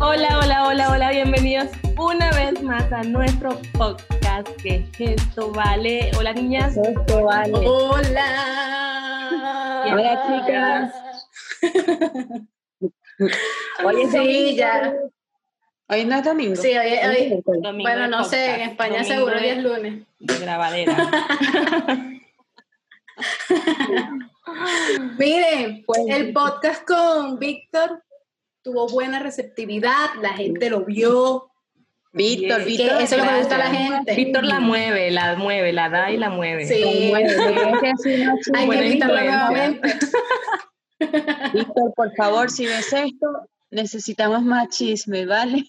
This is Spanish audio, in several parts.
Hola, hola, hola, hola, bienvenidos una vez más a nuestro podcast que esto vale. Hola niñas. Esto vale. Oh, Hola. Hola chicas. Hoy es domingo. sí, ya. Hoy no es domingo. Sí, hoy, Hoy es hoy. miércoles. Domingo Bueno, de no sé, en podcast, España domingo seguro de- hoy es lunes. de grabadera. Miren, Pues- el podcast con Víctor tuvo buena receptividad, la gente lo vio. Víctor, Que Que Víctor. eso es lo que le gusta a la gracias. gente. Víctor la mueve, la mueve, la da y la mueve. Sí. Ay, bueno, tenía que decir una chica. Hay que buena invitarlo influencia. nuevamente. Víctor, por favor, si ves esto, necesitamos más chisme, ¿vale?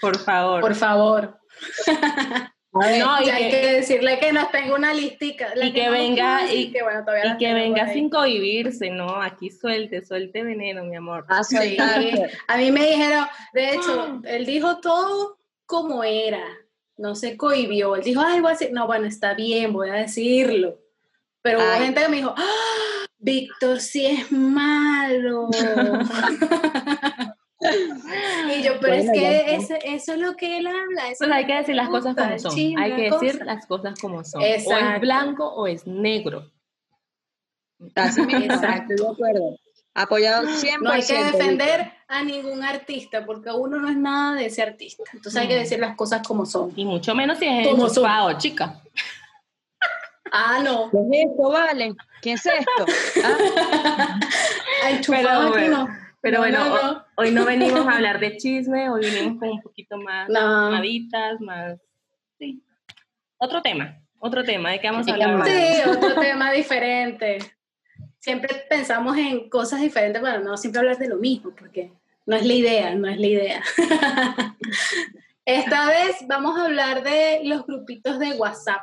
Por favor. Por favor. A ver, No, y Ya hay que- que decirle que nos tenga una listica. la Y que no venga, quiso decir, y- que bueno, todavía Y la que tengo venga por ahí. sin cohibirse, ¿no? Aquí suelte, suelte veneno, mi amor. Ah. a soltarte. Sí. A mí me dijeron, de hecho, él dijo todo como era, no se cohibió. Él dijo, ay, voy a decir, no, bueno, está bien, voy a decirlo. Pero hubo Ay. gente que me dijo, "Ah, Víctor sí es malo. y yo, Bueno, pero es ya que está. ese- eso es lo que él habla. Eso Entonces hay es que lo decir las le cosas gusta, como son. chisme, Hay que cosa. decir las cosas como son. O es Exacto. blanco o es negro. Así mismo, Exacto. estoy de acuerdo. Apoyado 100%. No hay que defender a ningún artista porque uno no es nada de ese artista. Entonces hay que Mm. decir las cosas como son. Y mucho menos si es Como son. enchufado, chica. Ah, no. Víctor. ¿Qué es esto, vale? ¿Qué es esto? Ah, Ay, Pero chufado, bueno, no. Pero No, bueno, no, ho- no. Hoy, no venimos a hablar de chisme, hoy venimos con un poquito más No. maditas, más... Sí. Otro tema, otro tema, ¿de qué vamos a ¿De qué hablar? vamos a hoy? Sí, otro tema diferente. Siempre pensamos en cosas diferentes, pero no siempre hablar de lo mismo, porque no es la idea, no es la idea. Esta vez vamos a hablar de los grupitos de WhatsApp.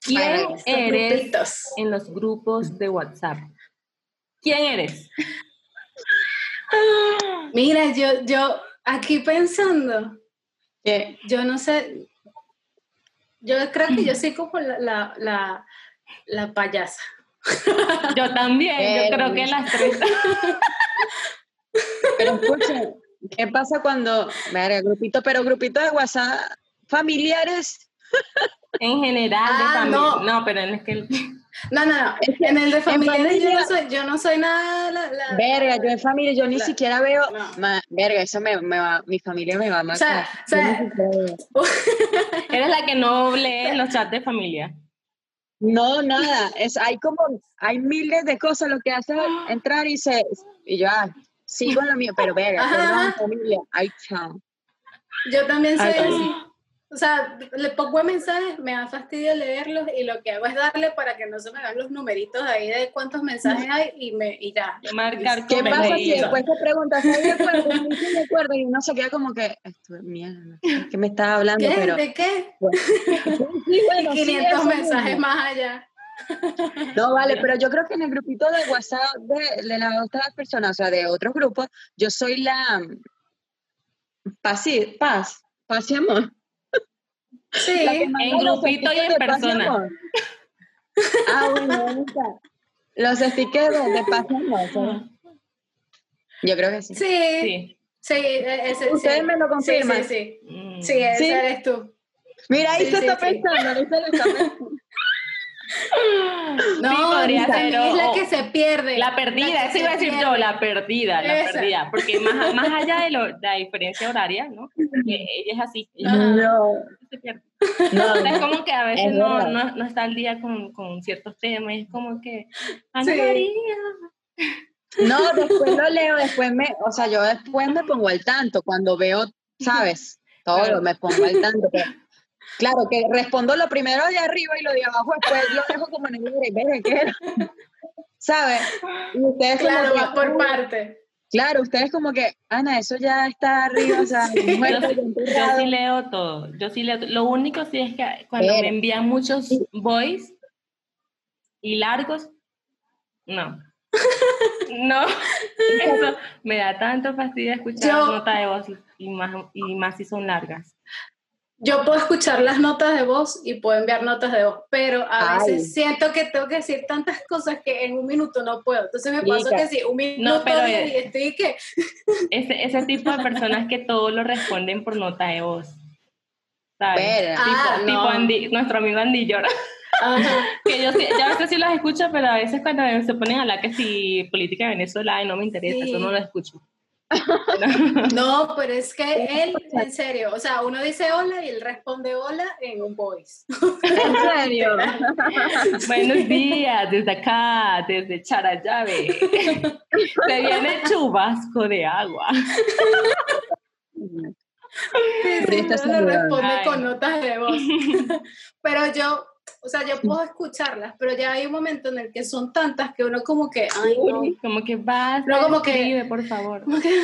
¿Quién Estos eres grupitos. en los grupos de WhatsApp? ¿Quién eres? Mira, yo, yo aquí pensando, que- yo no sé, yo creo que yo soy como la, la, la, la payasa. Yo también, Eh, yo creo Em. que las tres. pero escuchen, ¿qué pasa cuando... Verga, grupito, pero grupito de WhatsApp familiares... En general, Ah, de familia. no. no, pero es que el- No, no, no. En el de familia, yo, familia- no soy, yo no soy nada la, la- Verga, yo en familia, yo ni Claro. siquiera veo... No. Ma- verga, eso me, me va... Mi familia me va a O matar. sea, o sea, eres la que no lee los chats de familia. No, nada. Es, hay como, hay miles de cosas lo que hace es entrar y se, y yo, ah, sigo en lo mío, pero verga, Ajá, perdón, ajá. familia. Ay, chao. Yo también soy Ay, así. O sea, le pongo mensajes, me da fastidio leerlos y lo que hago es darle para que no se me hagan los numeritos ahí de cuántos mensajes hay y, me, y ya. Marcar ¿Qué como pasa si leído. después te preguntas, ¿estás de acuerdo? Sí, estoy de acuerdo? Y uno se queda como que, esto es mierda, no sé ¿qué me estás hablando? ¿Qué? Pero, ¿De qué? Sí, bueno, sí, 500 eso mensajes mismo. más allá. No, vale, pero yo creo que en el grupito de WhatsApp de, de las otras personas, o sea, de otros grupos, yo soy la mm, paz, y- paz, paz y amor. La que Sí. manda En los grupito y stickers en de paz persona. amor. Ah, bueno, bonita. Los stickers de, de paz y amor, ¿sabes? Yo creo que sí. Sí. Sí. Sí. eh, ese- Ustedes sí. me lo confirman. Sí, sí, Mm. sí. Sí, ese Sí. eres tú. Mira, ahí Sí, se sí, está sí. pensando, ahí se lo está pensando. No, Mm. podría También ser, es la o- que se pierde. La perdida, que eso se iba a decir pierde. yo, la perdida, la Esa. perdida, porque más, más allá de lo- la diferencia horaria, ¿no? Porque ella es así, ella Ajá. No, se pierde. no, O sea, es no. como que a veces Es no, verdad. no, no está al día con, con ciertos temas, es como que, Ana Sí. María, No, después lo leo, después me, o sea, yo después me pongo al tanto cuando veo, ¿sabes? Todo Claro. me pongo al tanto. pero- claro, que respondo lo primero de arriba y lo de abajo después lo dejo como en el aire, verga, ¿qué era? ¿Sabes? Y ustedes como Claro, que, va por parte. Claro, ustedes como que, Ana, eso ya está arriba, o sea, muerto, Yo yo enterrado. sí leo todo, yo sí leo, lo único sí es que cuando Pero- me envían muchos voice y largos, no. No, eso me da tanto fastidio escuchar Yo- nota de voz y más, y más si son largas. Yo puedo escuchar las notas de voz y puedo enviar notas de voz, pero a Ay. veces siento que tengo que decir tantas cosas que en un minuto no puedo. Entonces me pasó Chica. que sí, un minuto pero- y estoy que Ese, ese tipo de personas que todo lo responden por nota de voz. ¿Sabes? Espera. Tipo, Ah, tipo no. Andy- nuestro amigo Andy llora. Ajá. Que yo, sí- yo a veces sí los escucho, pero a veces cuando se ponen a hablar que si política de Venezuela, ay, no me interesa, Sí. eso no lo escucho. No, pero es que él, en serio, o sea, uno dice hola y él responde hola en un voice. ¿En serio? Buenos días, desde acá, desde Charayave. Se viene chubasco de agua. Sí, Pero sí, esto uno es lo saludable. responde Ay. con notas de voz. pero yo, o sea, yo puedo escucharlas, pero ya hay un momento en el que son tantas que uno como que, ay, no. Como que vas, No, como que- escribe, por favor. Ah, Como que-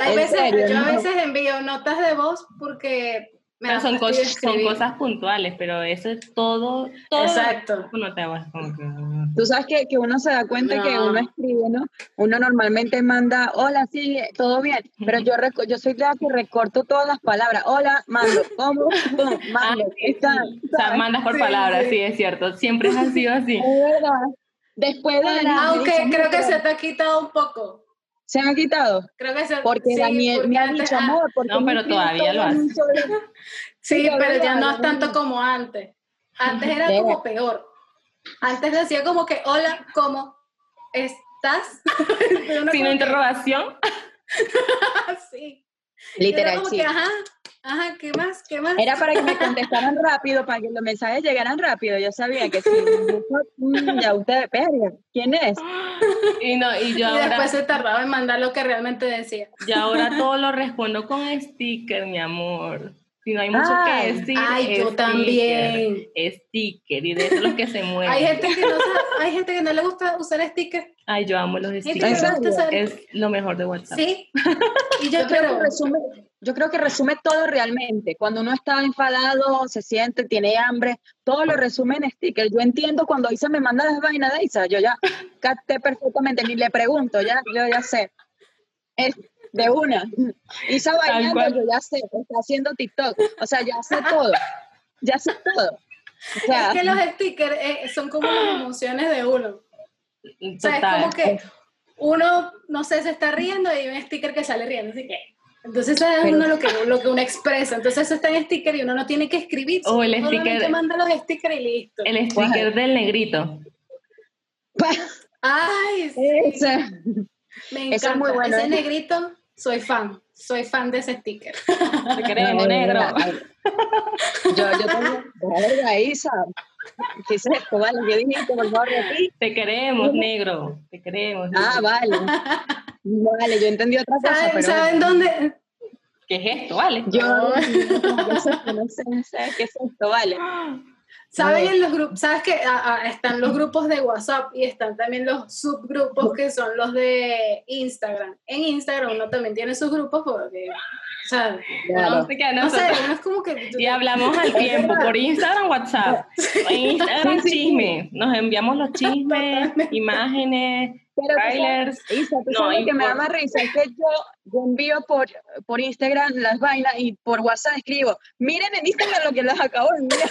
Hay ¿En veces, serio? yo a No. veces envío notas de voz porque me Pero da son, fastidio cosas, son escribir. cosas puntuales, pero eso es todo. todo Exacto. No te vas como que. Tú sabes que, que uno se da cuenta que No. uno escribe, ¿no? Uno normalmente manda, hola, sí, todo bien, pero yo, reco- yo soy la que recorto todas las palabras. Hola, mando, ¿cómo? Pum, Ah, mando, sí, está, sí. O sea, ¿sabes? mandas por Sí, palabras, sí. sí, es cierto. Siempre ha sido así. Es verdad. Después de Daniel, Aunque dice, creo que "Mira, se te ha quitado un poco. se me ha quitado. Creo que se Porque sí, Daniel me porque ha antes- dicho, ah, amor, ¿por qué No, me pero escribes todavía lo todo en un solo-?" Sí, Sí, pero ya ahora, no es ahora. tanto como antes. Antes era Mira. como peor. Antes decía como que, hola, ¿cómo estás? Y Sin uno como que, interrogación, "Ah, sí". Y uno Literal, como sí. que, ajá, ajá, ¿qué más? ¿Qué más? Era para que me contestaran rápido, para que los mensajes llegaran rápido. Yo sabía que sí. "Mm, ya ustedes, verga, ¿quién es? Ah, y no, y y yo ahora, después se tardaba en mandar lo que realmente decía. yo ahora todo lo respondo con sticker, mi amor. Si no hay mucho Ay, que decir. Ay, yo sticker, también. Sticker, y de eso es lo que se mueve. Hay gente, que no sabe- hay gente que no le gusta usar stickers. Ay, yo amo los Gente que stickers. no le gusta serio? usar Es lo mejor de WhatsApp. Sí. Y yo Yo creo, creo. que resume, yo creo que resume todo realmente. Cuando uno está enfadado, se siente, tiene hambre, todo lo resume en sticker. Yo entiendo cuando Isa me manda las vainas de Isa, yo ya capté perfectamente, ni le pregunto, ya, yo ya sé. Es de una. Isa bailando, cual. yo ya sé, está haciendo TikTok. O sea, ya sé todo. Ya sé todo. O sea, Es que los stickers eh, son como las emociones de uno. O sea, Total. es como que uno, no sé, se está riendo y hay un sticker que sale riendo, así que. Entonces eso es Pero- uno lo que, lo que uno expresa. Entonces eso está en sticker y uno no tiene que escribir. Oh, O el solamente sticker- manda los stickers y listo. El sticker del negrito. Ay, sí, ese- me eso es encanta. muy bueno, Ese ¿eh? negrito, soy fan. Soy fan de ese sticker. Te queremos, No, de negro. verdad, ay. Eh, Yo, yo tengo, verga, Isa. ¿Qué es esto? Vale, ¿qué dijiste? Por favor, repite. Te queremos, negro. Te queremos. Ah, vale. Vale, yo entendí otra cosa, ¿Saben, pero ¿saben dónde? ¿Qué es esto? Vale. yo No. yo sé que no sé, no sé qué es esto, vale. ¿Saben No. en los grupos? ¿Sabes que a- a- están los grupos de WhatsApp y están también los subgrupos que son los de Instagram? En Instagram uno también tiene sus grupos porque, o sea, Claro. Así que no sé, nosotros- uno es como que... Y hablamos al tiempo por Instagram, WhatsApp. En Instagram, Sí, sí, sí. chisme. Nos enviamos los chismes, imágenes, Pero tú sabes, trailers. Isa, tú No, sabes lo que me da importa. más risa es que yo, yo envío por, por Instagram las vainas y por WhatsApp escribo, miren en Instagram lo que les acabo de enviar.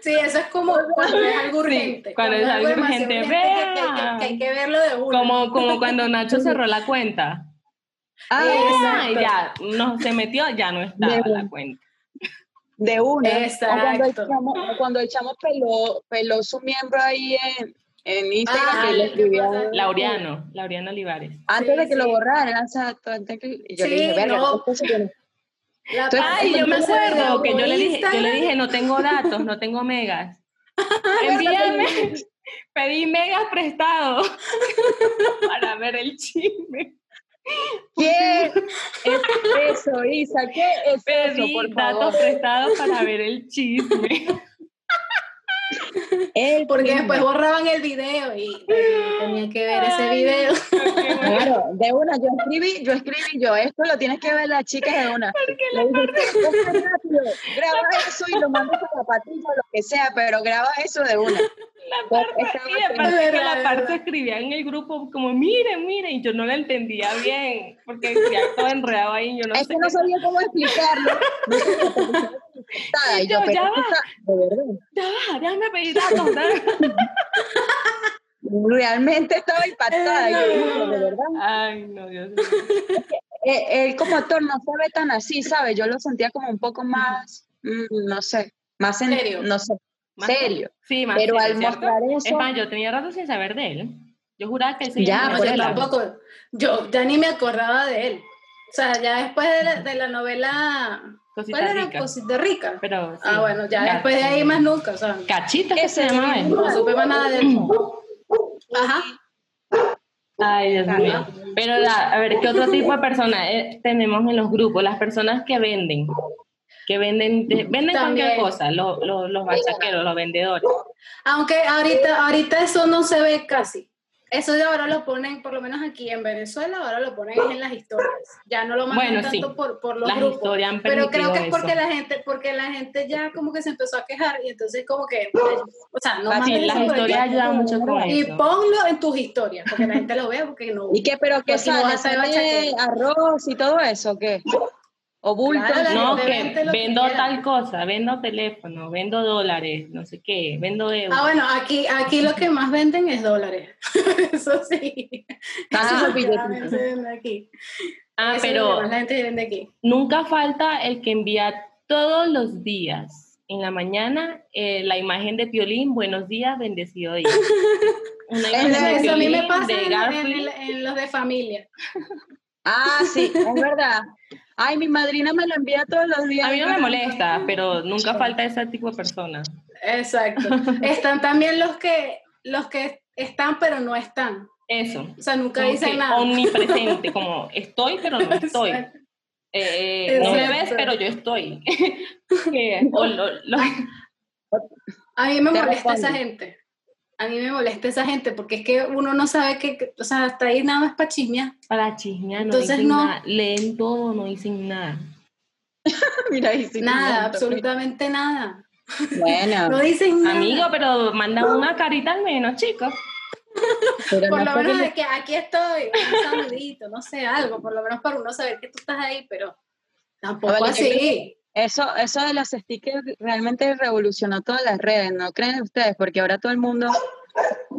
Sí, eso es como cuando es algo Sí, urgente. cuando es algo demasiado urgente, urgente que, que- vean. que hay que verlo de uno. Como, como cuando Nacho cerró la cuenta. Ah, Ah, ya, no, se metió, ya no estaba De- la cuenta. de una. O Cuando el Exacto. chamo, o cuando el chamo peló, peló su miembro ahí en, en Instagram, Ah, que le ¿qué escribía pasa? Laureano, Laureano Olivares. antes Sí, de que lo sí. borraran, exacto, antes que- y yo le Sí, dije, verga, no. esto se tiene- La Entonces, parte Ay, yo me donde se acuerdo ve que yo le dije, yo le Instagram, dije, no tengo datos, no tengo megas. Envíame, pedí megas prestado para ver el chisme. ¿Qué es eso, Isa? ¿Qué es eso, Pedí por favor? datos prestados para ver el chisme. El Porque chisme. después borraban el video y y tenía que ver ese video. Claro, de una, yo escribí, yo escribí, yo, esto lo tienes que ver las chicas de una. Le dije, "Coge rápido, graba eso y lo mandas a la patilla, lo que sea, pero graba eso de una. Pues la parte, y aparte que la parte escribía en el grupo como, miren, miren, y yo no la entendía bien, porque escribía todo enredado ahí, yo no es sé. que no qué- sabía cómo explicarlo. No sé cómo explicarlo. Y yo, Yo, pero ya esto va. está- de verdad, Ya va, déjame pedir datos, ¿no? realmente estaba impactada. Y yo, Eh, "Mira, de verdad. Ay, no, Dios mío. Eh, él como actor no se ve tan así, ¿sabes? Yo lo sentía como un poco más, mm, no sé, más en, Serio. No sé, Más- serio. Sí, más Pero serio, al ¿cierto? mostrar Es eso, más, yo tenía rato sin saber de él. Yo juraba que él se Ya, llamaba No, Ah, yo Abuela. tampoco. Yo ya ni me acordaba de él. O sea, ya después de la, de la novela. Cosita ¿Cuál era? rica. Cosita Rica. Pero, sí, pues, Ah, bueno, ya la- después de ahí más nunca. O sea, Cachita que se Ese llamaba él. no supe más nada de él. Ajá. Ay, Dios Ajá. mío. Pero, la- a ver, ¿qué otro tipo de personas eh, tenemos en los grupos? Las personas que venden. Que venden, de- venden cualquier También. cosa, lo- lo- los machaqueros, los vendedores. Aunque ahorita, ahorita eso no se ve casi. Eso de ahora lo ponen, por lo menos aquí en Venezuela, ahora lo ponen en las historias. Ya no lo mandan Bueno, sí. tanto por, por los Las grupos. historias han Pero creo permitido que es porque eso. la gente, porque la gente ya como que se empezó a quejar y entonces como que, o sea, no Ah, sí, mandes eso las por historias allá. ayudan mucho con Y eso. ponlo en tus historias, porque la gente lo vea, porque no. ¿y qué, pero qué Porque no sale? vas a ver ¿Sale bachaquero. arroz y todo eso o qué? O bulto. Claro, la No, gente que vende lo que vendo quiera. tal cosa, vendo teléfono, vendo dólares, no sé qué, vendo euros. Ah, bueno, aquí, aquí lo que más venden es dólares. eso sí. Ah, Eso es lo que billetitos. más se vende aquí. Ah, Eso es lo que pero más la gente vende aquí. nunca falta el que envía todos los días en la mañana eh, la imagen de Piolín, buenos días, bendecido día. Una imagen la- de Eso a mí me Piolín, pasa de en, en- Garfield. en los de familia. Ah, sí, es verdad. Ay, mi madrina me lo envía todos los días. A mí no me molesta, pero nunca falta ese tipo de persona. Exacto. Están también los que, los que están, pero no están. Eso. O sea, nunca Como dicen que nada. Omnipresente, como estoy, pero no estoy. Eh, eh, no me ves, Exacto. pero yo estoy. Que- o lo- lo- A mí me Te molesta responden. esa gente. A mí me molesta esa gente porque es que uno no sabe que, o sea, hasta ahí nada más para chismear. para chismear, no Entonces, dicen no. nada. Leen todo, no dicen nada. Mira, y sí, nada, no, absolutamente nada. Bueno, No dicen nada. Amigo, pero manda una carita al menos, chicos. pero por no lo porque menos le- de que aquí estoy, un saludito, no sé, algo, por lo menos para uno saber que tú estás ahí, pero tampoco Ah, vale, yo creo así. Eso, eso de las stickers realmente revolucionó todas las redes, ¿no creen ustedes? Porque ahora todo el mundo,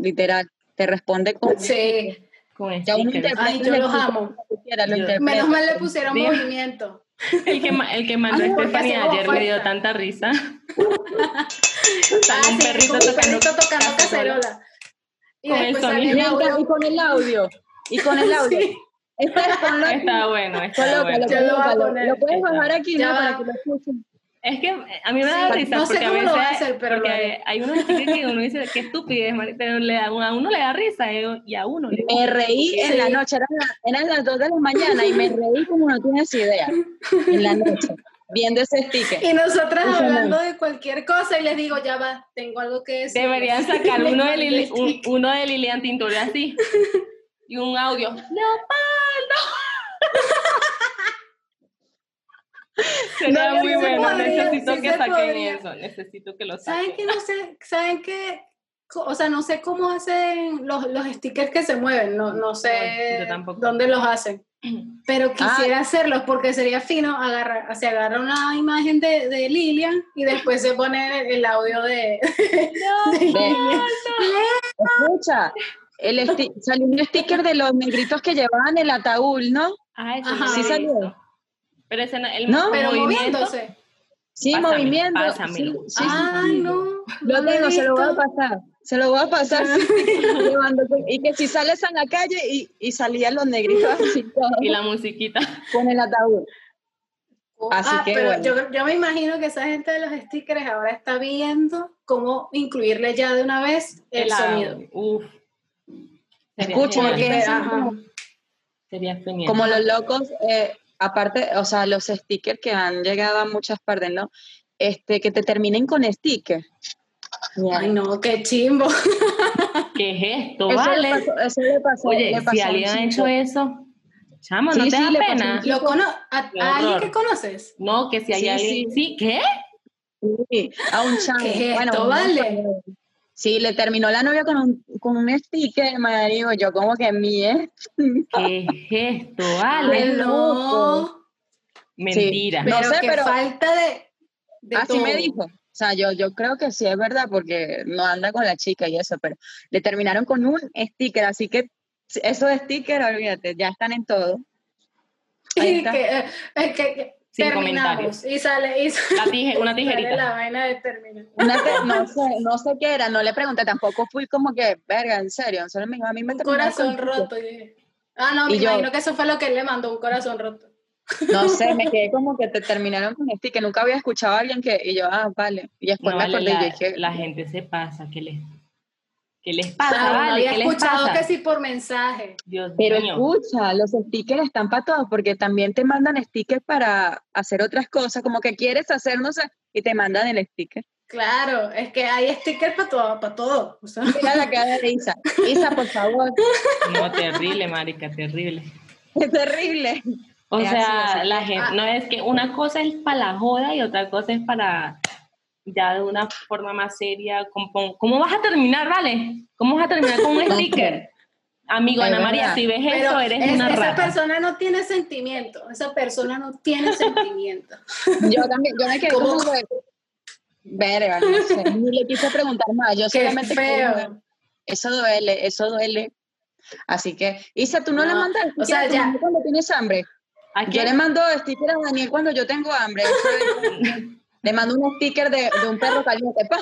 literal, te responde con... Sí, Con Ya uno stickers. interpreta Ay, yo el los sticker amo. como quiera, lo Yo- interpreta. menos mal le pusieron Dime. movimiento. Ah, El que, ma- el que mandó Ay, porque Stephanie hacemos ayer me dio falta. tanta risa. Ah, Sale un sí, perrito como un tocando perrito tocando cacerola. cacerola. Y Con el después sonido. Y el sale el audio- y audio. con el audio, y con el audio. Sí. Espera, ponlo aquí. Está bueno, está Colócalo, bueno. Yo lo voy a colócalo. poner. Lo puedes bajar aquí, Ya ¿no? va. Para que lo escuchen. Es que a mí me da Sí, risa no sé porque a cómo veces lo voy a hacer, pero lo porque haré. hay unos stickers que uno dice qué estupidez, mari-", pero le da- a uno le da risa eh, y a uno le Me reí en la Sí. noche, eran, la- eran las 2 de la mañana y me reí como no tienes idea, en la noche, viendo ese sticker. Y nosotras Eso no. hablando de cualquier cosa y les digo, ya va, tengo algo que decir. Deberían sacar uno de, del Lili- un- uno de Lilian Tintori así y un audio. ¡Leopoldo! Sería No, no muy se bueno, podría, necesito sí que se saquen podría. eso, necesito que lo ¿Saben saquen. que no sé? ¿Saben que O sea, no sé cómo hacen los, los stickers que se mueven, no, no sé No, yo tampoco. dónde los hacen. Ah. Pero quisiera hacerlos porque sería fino agarrar, se agarra una imagen de, de Lilian y después se pone el, el audio de, de Lilian. Escucha, el sti- salió un sticker de los negritos que llevaban el ataúd, ¿no? Ah, ese Ajá. no lo Sí he salió. visto. Pero ese no, el No, Pero movimiento. moviéndose. Sí, Pásame, movimiento. pásamelo. Ah, Sí, sí, sí. Ay, no. Lo no he tengo, se lo voy a visto. Ah. pasar. Se lo voy a pasar. sí, sí, llevando- y que si sales a la calle y, y salían los negritos así, Y la musiquita. con el ataúd. Así Ah, que, pero bueno. yo, yo me imagino que esa gente de los stickers ahora está viendo cómo incluirle ya de una vez el, audio. sonido. Uf. Sería Escucha, genial, Porque, Entonces, ajá. sería genial. Como los locos, eh, aparte, o sea, los stickers que han llegado a muchas partes, ¿no? Este, que te terminen con sticker. Ay, no, qué chimbo. ¿Qué es esto? Eso vale. le pasó- eso le pasó- Oye, le si pasó a un alguien ha hecho chico. eso, chamo, no Sí, te sí, da le pasó a un pena. chico. Lo cono a, Qué a alguien horror. que conoces. No, que si hay Sí, alguien. Sí, ¿qué? Sí, a un chamo. ¿Qué es Bueno, esto, un vale? chamo. Sí, le terminó la novia con un, con un sticker, marico. Yo como que mi ¿eh? ¿Qué es esto, Ale? No. Mentira. No Pero sé, que pero- falta de, de Así Ah, me todo. dijo. O sea, yo, yo creo que sí es verdad porque no anda con la chica y eso, pero le terminaron con un sticker, así que esos stickers, olvídate, ya están en todo. Ahí Y está. que, eh, eh, que- que Sin terminamos. comentarios. Y sale, y sale La tije- una tijerita. la vaina de terminar. Una te- no, sé, no sé qué era, no le pregunté, tampoco fui como que, verga, en serio, solo me dijo, a mí me Un terminaron corazón con- roto. y dije, Ah, no, Y me yo- imagino que eso fue lo que él le mandó, un corazón roto. No sé, me quedé como que te terminaron con sticker, nunca había escuchado a alguien que, y yo, ah, vale, y después No, me vale, acordé, la, y yo dije, la gente se pasa. ¿Qué les, qué les Ah, pasa, no Vale? había ¿Qué les escuchado pasa? que sí por mensaje. Dios Pero mío. escucha, los stickers están para todos porque también te mandan stickers para hacer otras cosas, como que quieres hacer, no sé, y te mandan el sticker. Claro, es que hay stickers para todo, para todo. o sea. Mira la cara de Isa. Isa, por favor, No, terrible, marica, terrible. es terrible. O Es así, sea, así. la gente, Ah. no es que una cosa es para la joda y otra cosa es para ya de una forma más seria. con- con- ¿Cómo vas a terminar, vale? ¿Cómo vas a terminar con un sticker? Amigo Es Ana María, verdad. si ves Pero eso, eres es- una esa rata. persona no tiene sentimiento. Esa persona no tiene sentimiento. Yo también, yo me quedé ¿Cómo? como que, verga, no sé, ni le quise preguntar más, yo Qué solamente quería- feo. Eso duele, eso duele. Así que, Isa, tú no, le No, mandas o sea, stickers a tu ya. mamá cuando tienes hambre. Aquí, Yo le mando sticker a Daniel cuando yo tengo hambre. eso es. le mando un sticker de, de un perro caliente. ¡pa!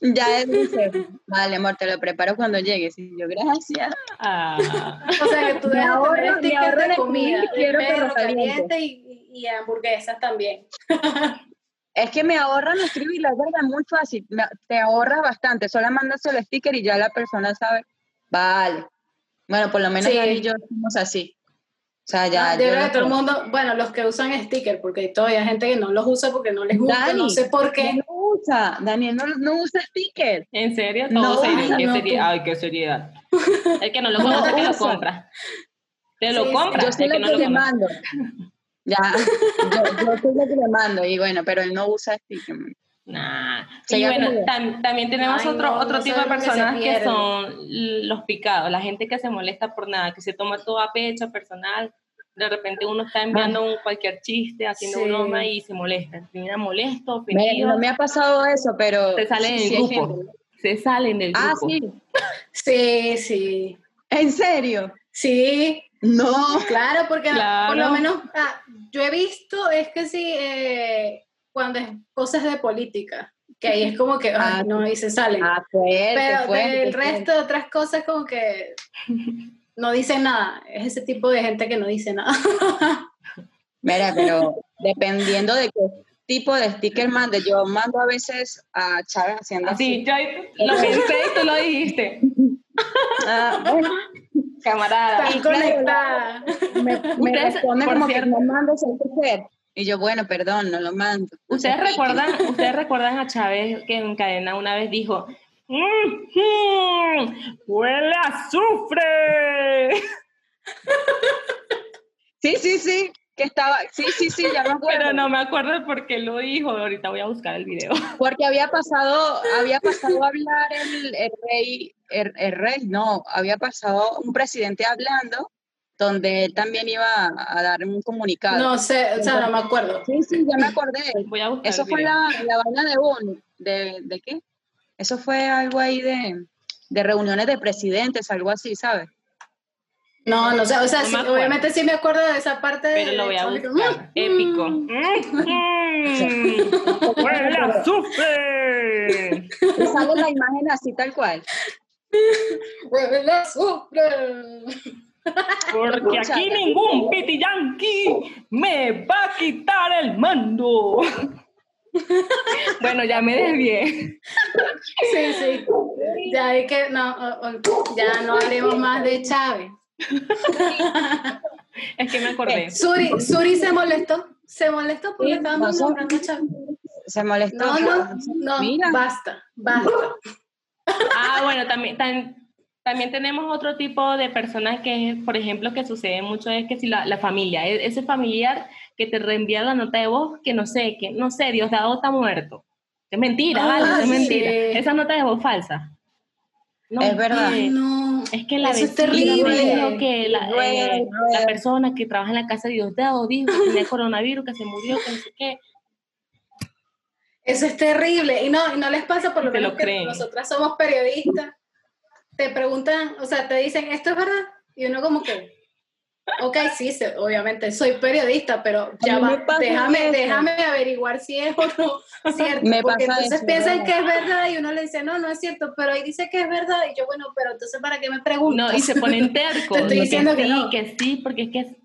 Ya él dice, vale, amor, te lo preparo cuando llegues. Y yo, gracias. ah, O sea, que tú Me debes ahorro- tener me stickers ahorro de la comida, comida y de quiero perro perro caliente. caliente y, y hamburguesas también. Es que me ahorran escribir, la verdad, muy fácil. Me- te ahorras bastante. Solo mandas el sticker y ya la persona sabe, vale. Bueno, por lo menos Sí. Dani y yo somos así. O sea, ya. No, yo yo creo que no todo el sé. mundo, bueno, los que usan stickers, porque hay todavía gente que no los usa porque no les gusta, Dani, no sé por Daniel qué. no usa, Daniel no, no usa sticker. ¿En serio? No, Todo serio. no, ¿Qué no, serie- tú. Ay, qué seriedad. El que no lo No, conoce, que lo usa. compra. Te lo Sí, sí. compra. Yo soy el la que que, no lo le conoce. mando. Ya, yo, yo soy la que le mando. Y bueno, pero él no usa sticker. Nah. Se y llama bueno, como- tam- también tenemos Ay, otro, no, otro no tipo de saben lo que se personas que, pierden. son los picados, la gente que se molesta por nada, que se toma todo a pecho personal. De repente uno Ah. está enviando un, cualquier chiste, haciendo Sí. broma y se molesta. Termina molesto, Me- ofendido. no me ha pasado eso, pero. Se sale del hay grupo. gente. Se salen del Ah, grupo. sí. Sí, sí. ¿En serio? Sí, No. Claro, porque por Claro. lo menos ah, yo he visto, es que sí, eh, cuando es cosas de política, que ahí es como que, ay, Ah, no, ahí se salen. Ah, fuerte, Pero fuerte, del fuerte. resto de otras cosas como que no dicen nada. Es ese tipo de gente que no dice nada. Mira, pero dependiendo de qué tipo de sticker mande, yo mando a veces a Chávez haciendo Así, así. yo ahí lo pensé y tú lo dijiste. Ah, bueno, Camarada. Están conectadas. me, me Ustedes, responde por como cierto. que no mando ese sticker. Y yo, bueno, perdón, no lo mando. ¿Ustedes Entonces, recuerdan, ¿Ustedes recuerdan a Chávez que en cadena una vez dijo, "Mhm, huele a azufre? Sí, sí, sí, que estaba, sí, sí, sí, ya me acuerdo. Pero no me acuerdo por qué lo dijo, ahorita voy a buscar el video. Porque había pasado, había pasado a hablar el, el rey, el, el rey, no, había pasado un presidente hablando donde él también iba a, a dar un comunicado. No sé, o sea, no me acuerdo. Sí, sí, ya me acordé. Voy a buscar Eso el fue video. la, la vaina de Bono. ¿De, ¿De qué? Eso fue algo ahí de, de reuniones de presidentes, algo así, ¿sabes? No, no sé, o sea, No me sí, acuerdo. obviamente sí me acuerdo de esa parte Pero de... lo voy a de- buscar. Épico. Mm. "Mhm, huele a azufre. Y sale la imagen así tal cual. Huele la azufre. Porque Escucha, aquí escucha. ningún piti yankee me va a quitar el mando. bueno, ya me desvié. Sí, sí. Ya hay que, no, o- o- ya no hablemos más de Chávez. Es que me acordé. Suri, Suri se molestó, se molestó porque Sí, estábamos pasó. nombrando a Chávez. Se molestó. No, no, no, Mira. basta, basta. Ah, bueno, también, tan- también tenemos otro tipo de personas que, por ejemplo, que sucede mucho es que si la, la familia, e- ese familiar que te reenvía la nota de voz, que no sé, que no sé, Diosdado está muerto. Es mentira, Ah, vale, es sí. mentira. Esa nota de voz falsa. No, Es verdad. eh, No. Es que la Eso es vecina terrible. dijo que la, eh, Rueda, la rueda. persona que trabaja en la casa de Diosdado dijo que tenía coronavirus, que se murió, que no sé qué. Eso es terrible. Y no, y no les pasa por lo Te lo menos que creen. nosotras somos periodistas. Te preguntan, o sea, te dicen, ¿esto es verdad? Y uno como que, ok, sí, se- obviamente, soy periodista, pero ya mí me va, pasa déjame, eso. déjame averiguar si es o no cierto. Me porque pasa entonces eso, piensan ¿verdad? que es verdad y uno le dice, no, no es cierto, pero ahí dice que es verdad. Y yo, bueno, pero entonces, ¿para qué me preguntas? No, y se ponen tercos. Te estoy de diciendo que sí, no. que sí, porque es que es-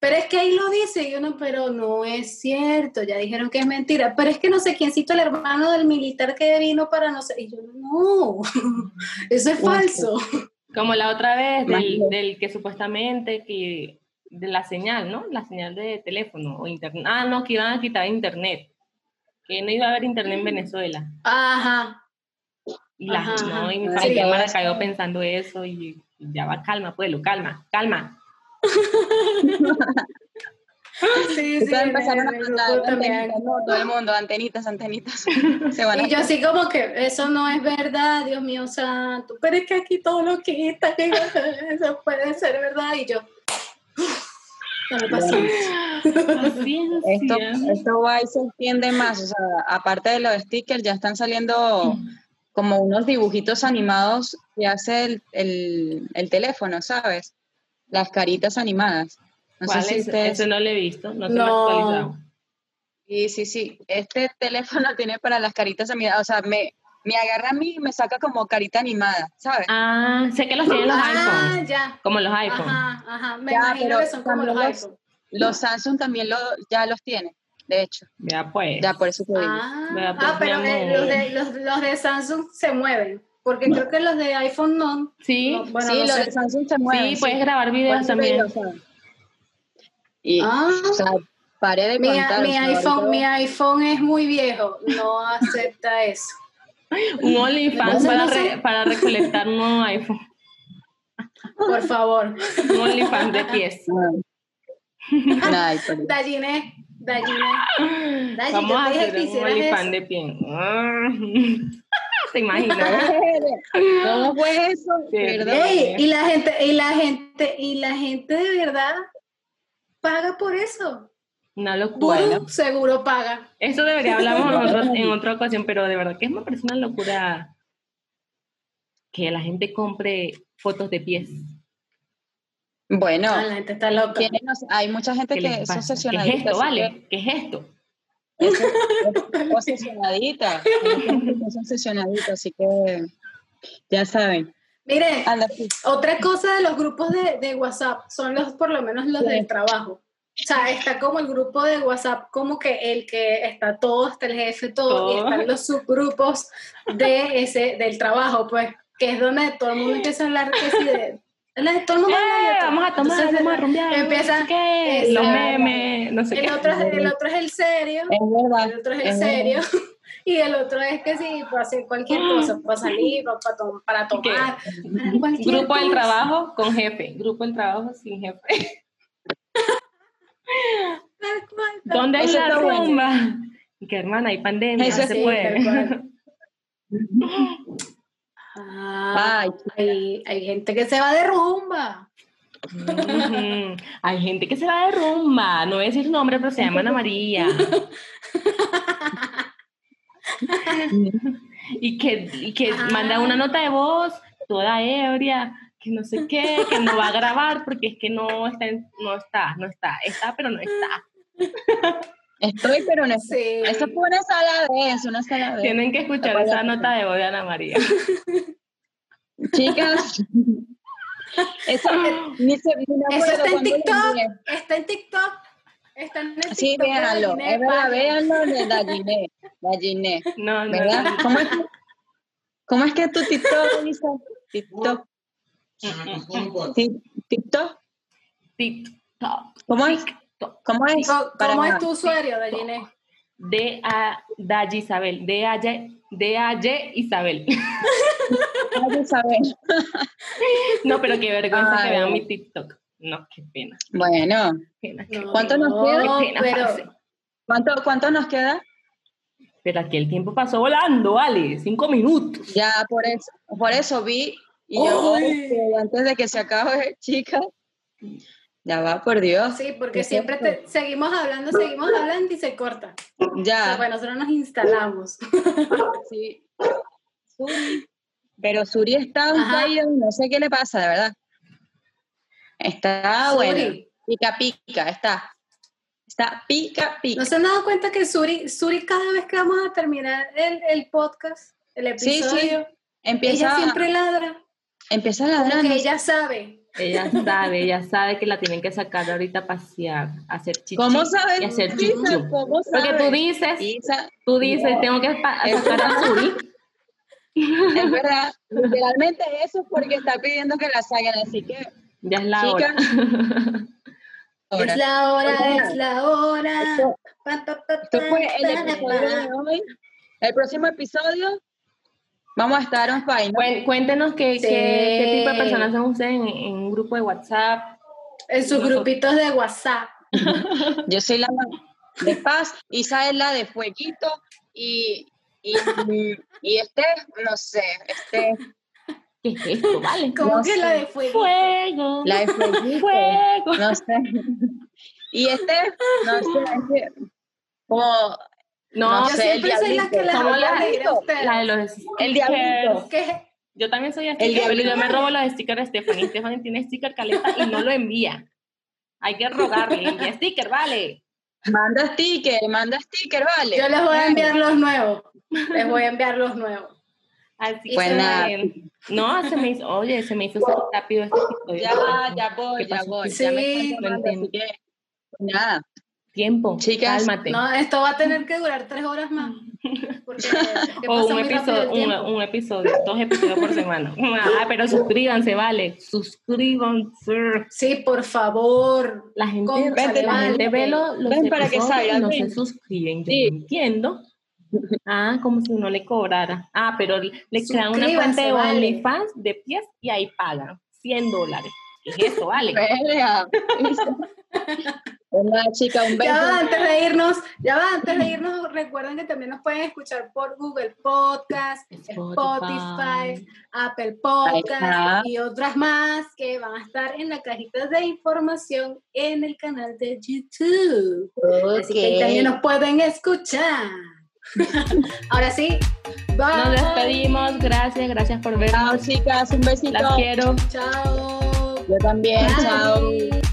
Pero es que ahí lo dice y uno, pero no es cierto, ya dijeron que es mentira. Pero es que no sé quién citó el hermano del militar que vino para no sé. Y yo, no, eso es falso. como la otra vez del, Imagínate. del que supuestamente que de la señal, ¿no? La señal de teléfono o internet. Ah, no, que iban a quitar internet. Que no iba a haber internet en Venezuela. Ajá. Y la Ajá, no, y mi ajá. familia Sí, me eso. cayó pensando eso y y ya va, calma, pueblo, calma, calma. Sí, sí. Entonces en el empezaron a grupo mandar también. antenitas, ¿no? todo el mundo, antenitas, antenitas. Se van a Y yo así como que eso no es verdad, Dios mío santo, pero es que aquí todo lo que está, que eso puede ser verdad. Y yo, Ah, no me pasó. Así es, así Esto, es. ¿eh? esto va y se extiende más. O sea, aparte de los stickers, ya están saliendo Mm. como unos dibujitos animados que hace el, el, el teléfono, ¿sabes? Las caritas animadas. No sé ¿Cuál si es? ustedes... Eso no lo he visto, no se me ha No. actualizado. Sí, sí, sí. Este teléfono tiene para las caritas animadas. O sea, me, me agarra a mí y me saca como carita animada, ¿sabes? Ah, sé que los tienen los Ah, iPhones, ya. como los iPhones. Ajá, ajá. Me Ya, imagino pero que son como los cuando los- iPhones. Los Samsung también lo, ya los tiene, de hecho. Ya pues. Ya, por eso te digo. Ah, Vea, ah, pues, pero mi eh, amor. los, de, los, los de Samsung se mueven, porque creo que los de iPhone no. Sí, No, bueno, sí, no los sé. de pues, Samsung se mueven. sí, puedes grabar videos Por eso te también. digo, o sea, Y, Ah. o sea, paré de Mi, contar. mi o sea, iPhone, ahorita- mi iPhone es muy viejo, no acepta eso. Un OnlyFans Entonces, para, no re- sé. para recolectar un nuevo iPhone. Por favor. Un OnlyFans de pies. Ah. Ay, pero- Dalline, Dalline. Dalline, Vamos a yo te dije hacer que un hicieras OnlyFans eso. de pies. Ah, ¿Te imaginas? ¿Cómo fue pues, eso? Sí. Perdón. Ey, y la gente, y la gente, y la gente de verdad paga por eso. Una locura. Bueno, Bueno. seguro paga. Eso debería hablamos en otro- en otra ocasión, pero de verdad que es una persona locura que la gente compre fotos de pies. Bueno, Ah, la gente está loca. tiene- no sé, hay mucha gente ¿Qué que les es pasa? obsesionadita. ¿Qué es esto, así que- vale? ¿Qué es esto? es- es obsesionadita. hay gente que Es obsesionadita, así que ya saben. Mire, Anda, sí. Otra cosa de los grupos de, de WhatsApp son los, por lo menos los Sí. del trabajo. O sea, está como el grupo de WhatsApp, como que el que está todo, está el jefe, todo, y Todo. están los subgrupos de ese, del trabajo, pues, que es donde todo el mundo empieza a hablar que sí de, la- todo el mundo habla de Eh, todo. vamos a tomar, Entonces, vamos a rumbear. empieza- no sé qué, los Exacto. memes, no sé El qué. otro, es- el otro es el serio, Eh, Es verdad. el otro es es el verdad. serio, y el otro es que sí, para hacer cualquier cosa, para salir, para, para tom- para ¿Y qué? tomar, para cualquier Grupo del cosa. trabajo con jefe, grupo del trabajo sin jefe. Tal cual, tal ¿Dónde es Eso la está bueno. rumba? Y que hermana, hay pandemia, Eso no se sí, tal puede. cual. Ah, Ay, hay, hay gente que se va de rumba. Ujú. Hay gente que se va de rumba, no voy a decir su nombre, pero se llama Ana María. y que, y que Ah. manda una nota de voz toda ebria, que no sé qué, que no va a grabar porque es que no está, en- no está, no está, está, pero no está. estoy, pero no estoy. Sí. Eso fue una sala de eso, una sala de Tienen que escuchar esa nota de voz de Ana María. Chicas, eso, ni se- ni me Eso acuerdo está en cuándo lo TikTok. envié. Está en TikTok. Está en el TikTok. Sí, de véanlo, Dayiné es verdad, Valle. véanlo de Dayiné, Dayiné, No, no, ¿verdad? no. ¿Cómo es, que- cómo es que tu TikTok, Lisa? TikTok, ti- TikTok, TikTok. ¿cómo es? TikTok. ¿Cómo es? ¿Cómo, Para cómo es nada. tu usuario, Dayiné? De a Dayi Isabel. De a Ye- de a Ye Isabel. Hay que saber. No, pero qué vergüenza que Ay. vean mi TikTok. No, qué pena. Bueno, qué pena, qué No, ¿Cuánto nos queda? No, Qué pena, pero parce. ¿cuánto, cuánto nos queda? Pero aquí el tiempo pasó volando, vale, cinco minutos. Ya, por eso, por eso vi. Y yo, ¡Ay! este, antes de que se acabe, chicas, ya va, por Dios. Sí, porque siempre te- seguimos hablando, seguimos hablando y se corta. O sea, Ya, pues nosotros nos instalamos. sí. Suri. Pero Suri está Ajá. ahí, no sé qué le pasa, de verdad. Está Suri, Ah, bueno. Pica, pica, está. Está pica, pica. ¿No se han dado cuenta que Suri, Suri cada vez que vamos a terminar el, el podcast, el Sí, sí. episodio, empieza, ella siempre ladra? empieza la Como que ella sabe. Ella sabe, ella sabe que la tienen que sacar ahorita a pasear, a hacer chichi. ¿Cómo sabes? Y hacer Isa? chichu. ¿Cómo Porque tú sabes? dices, Isa, tú dices, tengo que pa- Es sacar a Suri. es verdad, literalmente eso es porque está pidiendo que la saquen, así que Ya es la hora. ahora. Es la hora, Oigan, es la hora. esto- Pa, pa, pa, Esto fue pa, el pa, episodio pa. de hoy. El próximo episodio vamos a estar on fire. ¿no? Cuen- Cuéntenos qué, Sí. qué, qué tipo de personas son ustedes en, en un grupo de WhatsApp. En sus grupitos de WhatsApp. Yo soy la de paz, Isa es la de fueguito y, y, y este, no sé, este, ¿Qué es esto? Vale. Como No que sé. la de fuego. Fuego. la de fueguito, Fuego. Eh, no sé. Y este, no sé, este, como No, No Yo sé, siempre el soy la que diablito. les Somos hago la- reír a ustedes. la de los stickers. El diablito. ¿Qué? Yo también soy sticker, pero diablito. yo me robo los stickers de Stephanie. Stephanie tiene sticker caleta y no lo envía. Hay que rogarle, envía sticker, vale. manda sticker, manda sticker, vale. Yo les voy a enviar los nuevos. Les voy a enviar los nuevos. Así Y que, Bueno. no, se me hizo, oye, se me hizo súper rápido este episodio. Ya, ya voy, ¿Qué ya pasó? voy. Sí, ya me están no llamando, así entiendo. que, nada. Tiempo, Chicas, cálmate. No, esto va a tener que durar tres horas más. Porque porque o pasa un muy rápido el episodio, un, tiempo. un episodio, dos episodios por semana. Ah, pero suscríbanse, vale. Suscríbanse. Sí, por favor. La gente, Con- la Vente, gente vale. ve lo- los Ven para que episodios salga, y no ven. se suscriben. Yo Sí. no entiendo. Ah, como si uno le cobrara. Ah, pero le crean una Suscríbanse, cuenta de vale. OnlyFans de pies y ahí pagan 100 dólares. ¿Qué es eso, vale? Verga. Una chica, un beso. Ya va, antes de irnos, ya va, antes de irnos, recuerden que también nos pueden escuchar por Google Podcast, Spotify, Apple Ahí está. Podcast y otras más que van a estar en la cajita de información en el canal de YouTube. Así que ahí también nos pueden escuchar. Ahora sí, bye. Nos despedimos. Gracias, gracias por vernos. Chao, chicas, un besito. Las quiero. Chao. Yo también, chao. Bye.